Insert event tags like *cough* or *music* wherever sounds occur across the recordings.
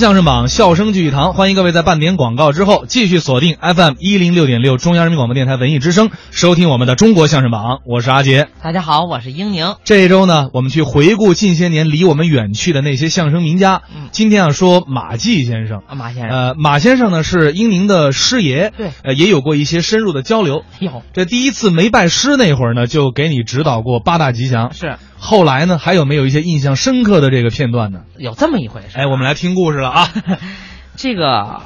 相声榜，笑声聚一堂，欢迎各位在半点广告之后继续锁定 FM 一零六点六中央人民广播电台文艺之声，收听我们的中国相声榜。我是阿杰。大家好，我是英宁。啊这一周呢，我们去回顾近些年离我们远去的那些相声名家。嗯今天要说马季先生。啊，马先生，呃，马先生呢是英宁的师爷，对呃，也有过一些深入的交流。有这第一次没拜师那会儿呢，就给你指导过八大吉祥。是后来呢，还有没有一些印象深刻的这个片段呢？有这么一回事。哎，我们来听故事了啊。这个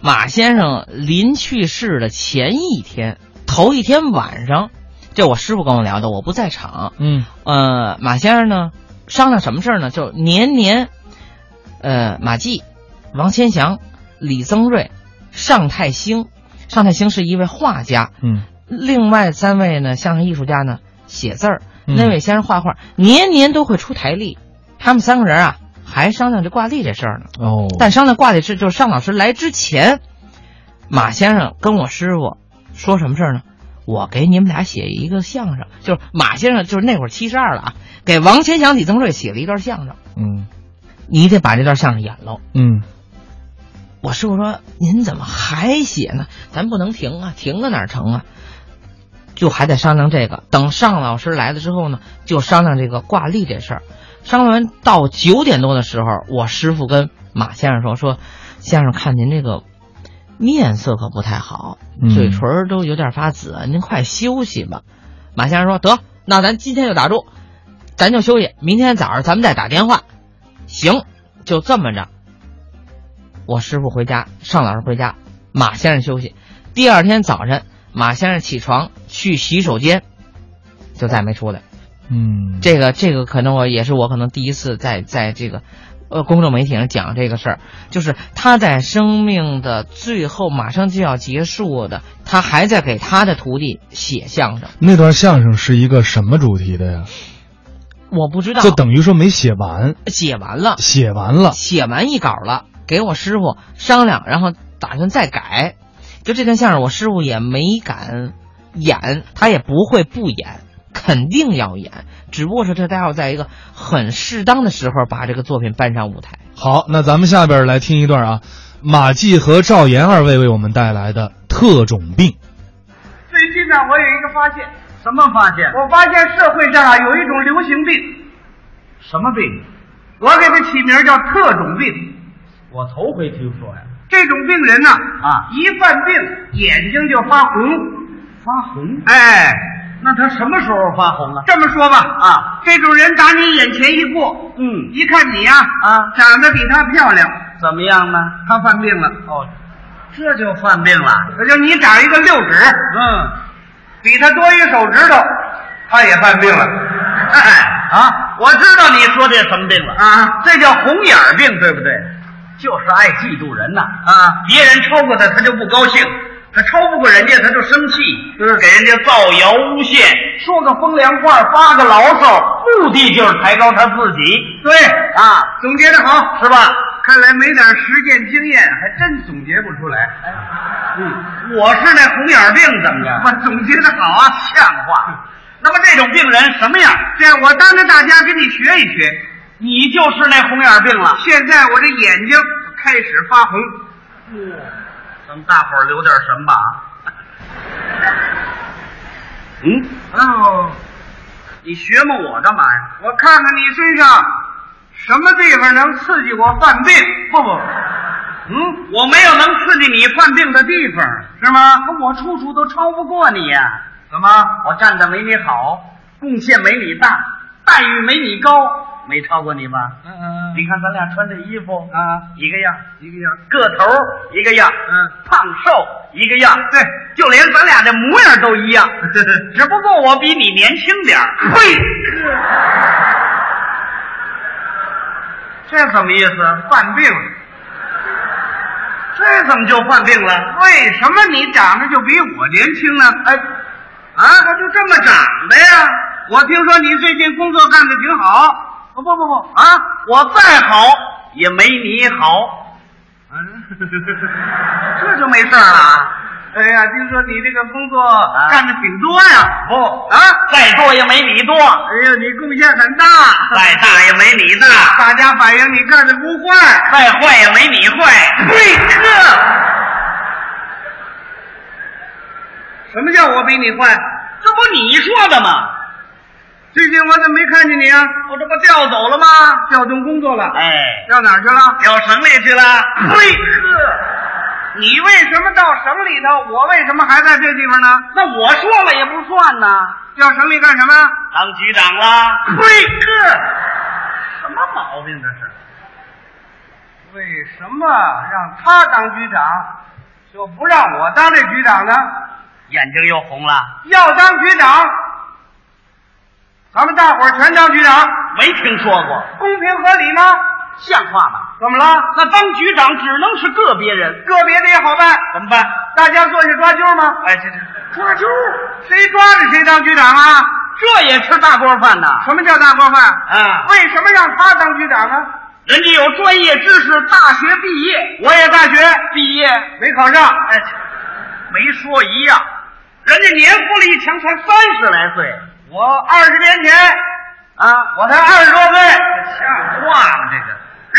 马先生临去世的前一天，头一天晚上，这我师傅跟我聊的，我不在场。嗯，呃，马先生呢商量什么事儿呢？就年年，呃，马季、王千祥、李增瑞、尚泰兴，尚泰兴是一位画家，嗯，另外三位呢，相声艺术家呢写字儿，嗯那位先生画画，年年都会出台历。他们三个人啊，还商量着挂历这事儿呢。哦，但商量挂历是，就是尚老师来之前，马先生跟我师傅说什么事儿呢？我给你们俩写一个相声，就是马先生，就是那会儿七十二了啊，给王千祥、李增瑞写了一段相声，嗯你得把这段相声演喽。嗯。我师傅说：“您怎么还写呢？咱不能停啊，停了哪儿成啊？”就还在商量这个。等尚老师来了之后呢，就商量这个挂历这事儿。商量完到九点多的时候，我师傅跟马先生说：“说先生，看您这个面色可不太好，嗯嘴唇儿都有点发紫，啊您快休息吧。”马先生说：“得，那咱今天就打住，咱就休息，明天早上咱们再打电话。”行，就这么着。我师傅回家，尚老师回家，马先生休息。第二天早晨，马先生起床去洗手间，就再没出来。嗯，这个这个可能我也是我可能第一次在在这个，呃，公众媒体上讲这个事儿，就是他在生命的最后马上就要结束的，他还在给他的徒弟写相声。那段相声是一个什么主题的呀？我不知道就等于说没写完，写完了，写完了。写完一稿了，给我师傅商量，然后打算再改。就这段相声，我师傅也没敢演，他也不会不演，肯定要演，只不过是他要在一个很适当的时候把这个作品搬上舞台。好，那咱们下边来听一段啊，马季和赵岩二位为我们带来的特种病。最近呢，我有一个发现，什么发现？我发现社会上啊有一种流行病，什么病？我给它起名叫特种病。我头回听说呀。这种病人呢，啊一犯病眼睛就发红。发红？哎，那他什么时候发红啊？这么说吧，啊，这种人打你眼前一过，嗯一看你呀、啊长得比他漂亮，怎么样呢？他犯病了。哦，这就犯病了。可就你长一个六指，嗯，比他多一手指头，他也犯病了。 *laughs* 哎啊，我知道你说这什么病了，啊，这叫红眼儿病，对不对？就是爱嫉妒人呐。啊，别人超过他，他就不高兴；他超不过人家，他就生气，嗯，给人家造谣诬陷，说个风凉话，发个牢骚，目的就是抬高他自己。对啊，总结的好，是吧？看来没点实践经验，还真总结不出 *laughs* 来。嗯，我是那红眼病，怎么着？我总结的好啊，像话。 *laughs* 那么这种病人什么样？这样我当着大家跟你学一学。你就是那红眼病了。现在我这眼睛开始发红，咱们大伙儿留点神吧啊。嗯，哦，你学摸我干嘛呀？我看看你身上什么地方能刺激我犯病？不不，嗯，我没有能刺激你犯病的地方，是吗？可我处处都超不过你呀、怎么？我站的没你好，贡献没你大，待遇没你高，没超过你吧？嗯嗯你看咱俩穿这衣服，啊，一个样，一个样。个头一个样，嗯，胖瘦一个样，对，就连咱俩这模样都 *laughs* 一样，只不过我比你年轻点儿。呸！这什么意思？犯病了？这怎么就犯病了？为什么你长得就比我年轻呢？哎，啊，我就这么长的呀！我听说你最近工作干得挺好。不不不不啊！我再好也没你好，嗯，这就没事儿了。 *laughs* 哎呀，听说你这个工作啊干的挺多呀？不啊，再多也没你多，哎呀，你贡献很大，再大也没你大，大家反映你干的不坏。再坏也没你坏。嘿呵，什么叫我比你坏？这不你说的吗？最近我怎么没看见你啊？我这不调走了吗？调动工作了，哎，调哪儿去了？调城里去了。嘿呵，你为什么到省里头？我为什么还在这地方呢？那我说了也不算呐，调省里干什么？当局长啦。嘿呵。什么毛病这是？为什么让他当局长，就不让我当这局长呢？眼睛又红了，要当局长，咱们大伙儿全当局长，没听说过，公平合理吗？像话吗？怎么了？那当局长只能是个别人，个别的也好办，怎么办？大家坐下抓阄吗？哎，这这抓阄，谁抓着谁当局长啊？这也吃大锅饭呐！什么叫大锅饭？啊，为什么让他当局长呢？人家有专业知识，大学毕业，我也大学毕业，没考上，哎，没说一样。人家年富力强，才三十来岁，我二十年前啊，我才二十多岁，像话吗？这个，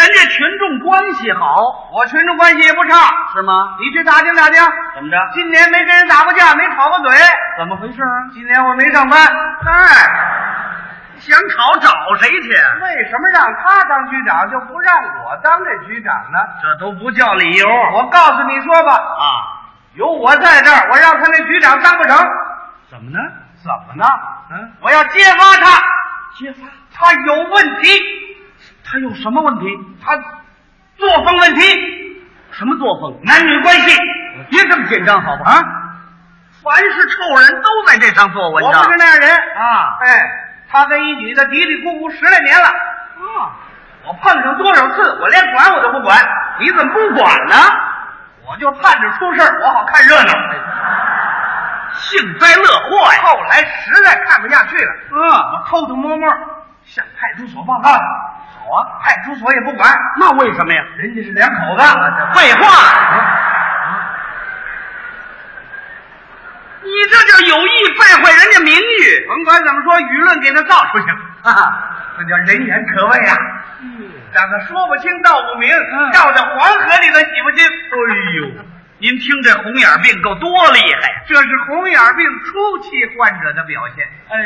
人家群众关系好，我群众关系也不差，是吗？你去打听打听。怎么着？今年没跟人打过架，没吵过嘴。怎么回事啊？今年我没上班。哎，想吵找谁去？为什么让他当局长就不让我当这局长呢？这都不叫理由我告诉你说吧，啊！有我在这儿，我让他那局长当不成。怎么呢？怎么呢？嗯，我要揭发他，揭发他有问题，他有什么问题？他作风问题，什么作风？男女关系。别这么紧张好不好？啊，凡是臭人都在这上做文我章。不是那样人。啊哎，他跟一女的嘀嘀咕咕十来年了。啊，我碰上多少次，我连管我都不管，你怎么不管呢？我就盼着出事儿，我好看热闹。幸灾乐祸呀！后来实在看不下去了，嗯，我偷偷摸摸向派出所报告了。好啊，派出所也不管，那为什么呀？人家是两口子。废话，你这叫有意败坏人家名誉甭管怎么说，舆论给他造出去了，啊！那叫人言可畏啊！让他说不清道不明，照着黄河里都洗不清。嗯哎呦，您听这红眼病够多厉害啊呀！这是红眼病初期患者的表现，哎，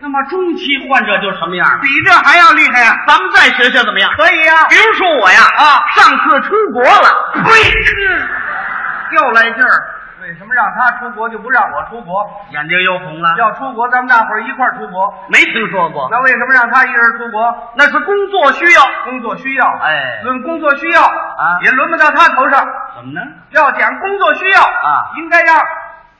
那么中期患者就什么样了？比这还要厉害啊！咱们再学学怎么样？可以啊比，如说我呀，啊上次出国了，又来劲儿。为什么让他出国就不让我出国？眼睛又红了，要出国，咱们大伙儿一块儿出国。没听说过，那为什么让他一人出国？那是工作需要。工作需要，哎论工作需要啊也轮不到他头上。怎么呢？要讲工作需要啊应该让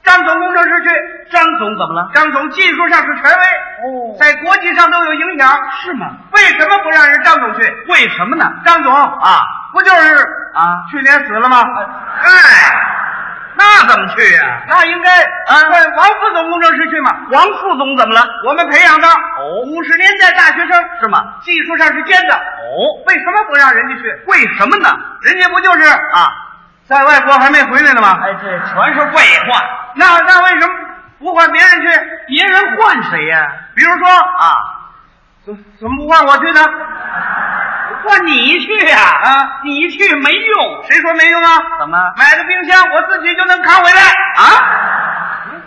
张总工程师去。张总怎么了？张总技术上是权威，哦在国际上都有影响。是吗？为什么不让人张总去？为什么呢？张总啊不就是啊，去年死了吗？哎，那怎么去呀、那应该啊问王副总工程师去嘛。王副总怎么了？我们培养的哦五十年代大学生是吗？技术上是尖的，哦，为什么不让人家去？为什么呢？人家不就是啊，在外国还没回来呢吗？哎，这全是废话。那那为什么不换别人去？别人换谁呀、比如说，啊，怎怎么不换我去呢？换你去呀、啊！啊你去没用。谁说没用啊？怎么买个冰箱，我自己就能扛回来啊！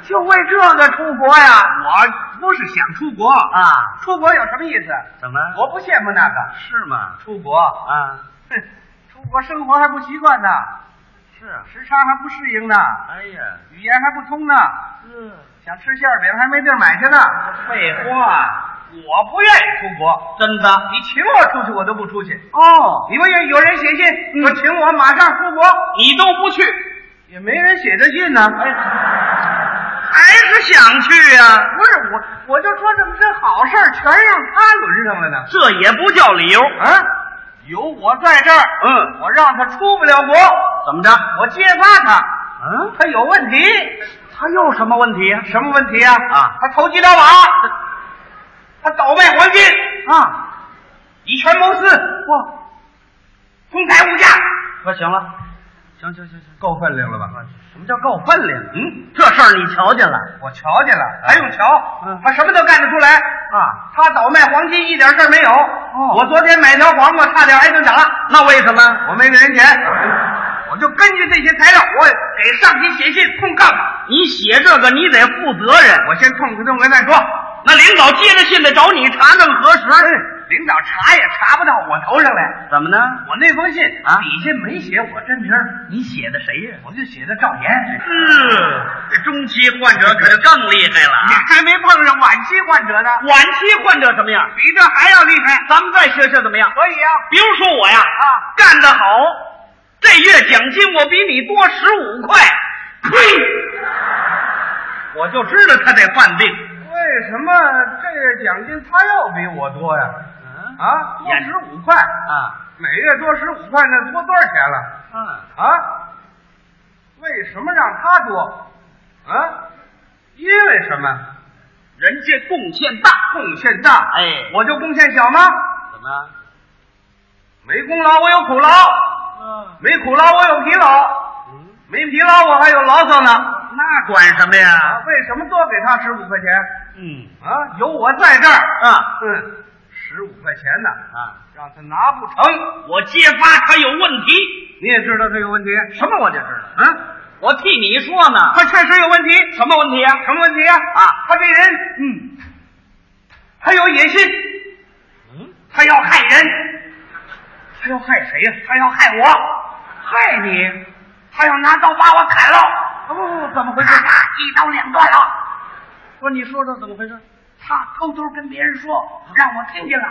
就为这个出国呀？我不是想出国啊，啊？出国有什么意思？怎么我不羡慕那个啊是吗？出国，啊，哼，出国生活还不习惯呢，是啊。时差还不适应呢，哎呀，语言还不通呢，嗯，想吃馅儿饼还没地儿买去呢。废话，我不愿意出国，真的你请我出去我都不出去。哦，嗯你们有有人写信说请我马上出国，你都不去，也没人写这信呢。哎，还是想去呀、啊不是我，我就说这么这好事儿全让他轮上了呢。这也不叫理由。啊，有我在这儿，嗯，我让他出不了国，怎么着？我揭发他，嗯，他有问题。他又什么问题呀、什么问题啊？啊他投机倒把，他倒卖黄金，啊，以权谋私，哇，通财污价。可行了，这行行行行，啊够分量了吧？什么叫够分量啊？嗯，这事儿你瞧见了我瞧见了，还用瞧？嗯他什么都干得出来。啊？哦他倒卖黄金一点事儿没有。我昨天买条黄瓜，差点挨顿打，那为什么？我没给人钱。我就根据这些材料，我给上级写信控告他。你写这个你得负责任。我先痛快痛快再说。那领导接着信得找你查证核实，哎领导查也查不到我头上来。怎么呢？我那封信啊底下没写我真名儿，你写的谁呀？我就写的赵岩。哎嗯，这中期患者可就更厉害了你啊！还没碰上晚期患者呢，晚期患者什么样？比这还要厉害。咱们再学学怎么样？可以啊，比如说我呀，啊干得好，这月奖金我比你多十五块。呸！我就知道他得犯病。为什么这奖金他要比我多呀？嗯啊，多眼十五块，啊，每月多十五块，那多多少钱了？嗯，啊？为什么让他多？啊？因为什么？人家贡献大，贡献大，哎我就贡献小吗？怎么？没功劳我有苦劳，嗯没苦劳我有疲劳，没疲劳我还有牢骚呢。那管什么啊，呀？为什么多给他十五块钱？嗯啊，有我在这儿，啊嗯，十五块钱呢，啊，让他拿不成。我揭发他有问题。你也知道他有问题，什么我就知道，嗯，我替你说呢。他啊确实有问题。什么问题啊？什么问题啊？啊他这人，嗯，他有野心，嗯，他要害人，他要害谁呀、他要害我，害你，他要拿刀把我砍了。哦，怎么回事？一刀两断了。不是你说说怎么回事？他偷偷跟别人说，让我听见了。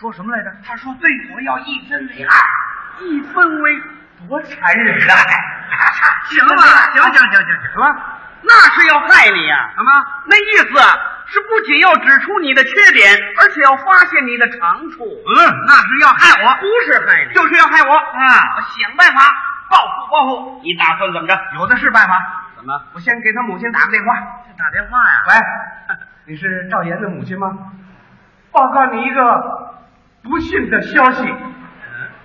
说什么来着？他说对我要一分为二，一分为多残忍啊！行了，行行行行行，什么？那是要害你呀、什么？那意思啊是不仅要指出你的缺点，而且要发现你的长处。嗯，那是要害我，不是害你，就是要害我啊！想办法报复报复，你打算怎么着？有的是办法。怎么我先给他母亲打个电话。打电话呀？喂，你是赵岩的母亲吗？报告你一个不幸的消息，嗯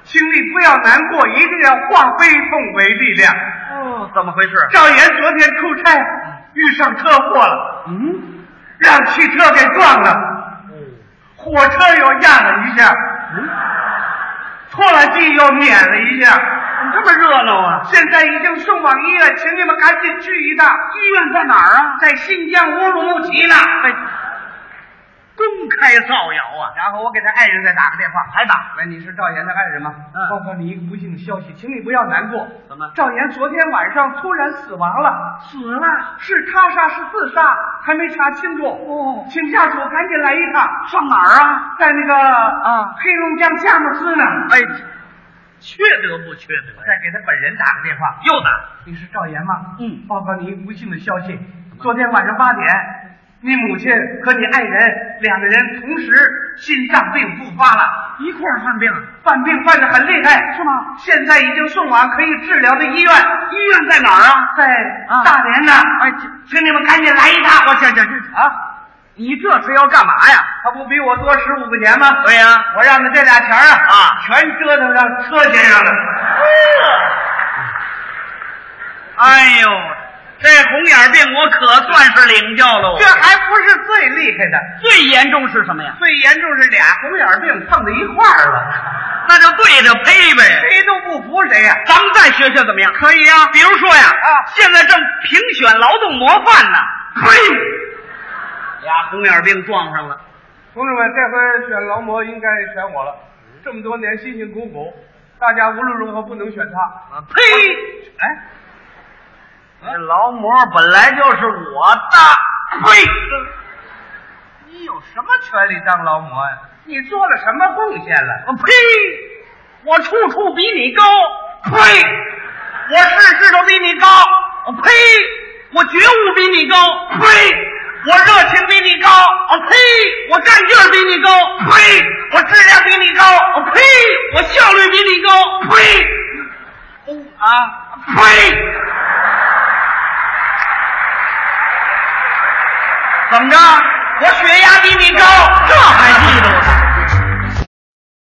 请你不要难过，一定要化悲痛为力量。哦，怎么回事？赵岩昨天出差遇上车祸了，嗯，让汽车给撞了，火车又压了一下，拖拉机又碾了一下。这么热闹啊？现在已经送往医院，请你们赶紧去一趟。医院在哪儿啊？在新疆乌鲁木齐呢。哎公开造谣啊？然后我给他爱人再打个电话，还打？喂，你是赵岩的爱人吗？嗯报告你一个不幸的消息，请你不要难过。怎么赵岩昨天晚上突然死亡了，死了？是他杀是自杀，还没查清楚。哦请下属赶紧来一趟，上哪儿啊？在那个啊黑龙江佳木斯呢。哎，缺德不缺德呀？再给他本人打个电话。又打？你是赵岩吗？嗯报告你一个不幸的消息，昨天晚上八点，你母亲和你爱人两个人同时心脏病复发了，一块儿犯病？犯病犯得很厉害，是吗？现在已经送往可以治疗的医院，医院在哪儿啊？在啊大连呢。哎请请你们赶紧来一趟，我这这这啊！你这是要干嘛呀？他不比我多十五块钱吗？对呀、我让他这俩钱儿啊，啊全折腾上车先生 *laughs* 了。哎呦，这红眼病我可算是领教喽。这还不是最厉害的，最严重是什么呀？最严重是俩红眼病碰到一块儿了。那就对着呸呗。谁都不服谁呀、咱们再学学怎么样？可以呀、比如说呀，啊现在正评选劳动模范呢。呸！俩红眼病撞上了，同志们，这回选劳模应该选我了。这么多年辛辛苦苦，大家无论如何不能选他。啊呸！哎，这劳模本来就是我的，呸！你有什么权利当劳模呀、你做了什么贡献了？我呸！我处处比你高，呸！我事事都比你高，我呸！我觉悟比你高，呸！我热情比你高，我呸！我干劲儿比你高，呸！我质量比你高。我呸！我效率比你高，呸！哦啊，呸！怎么着？我血压比你高，这还记得我？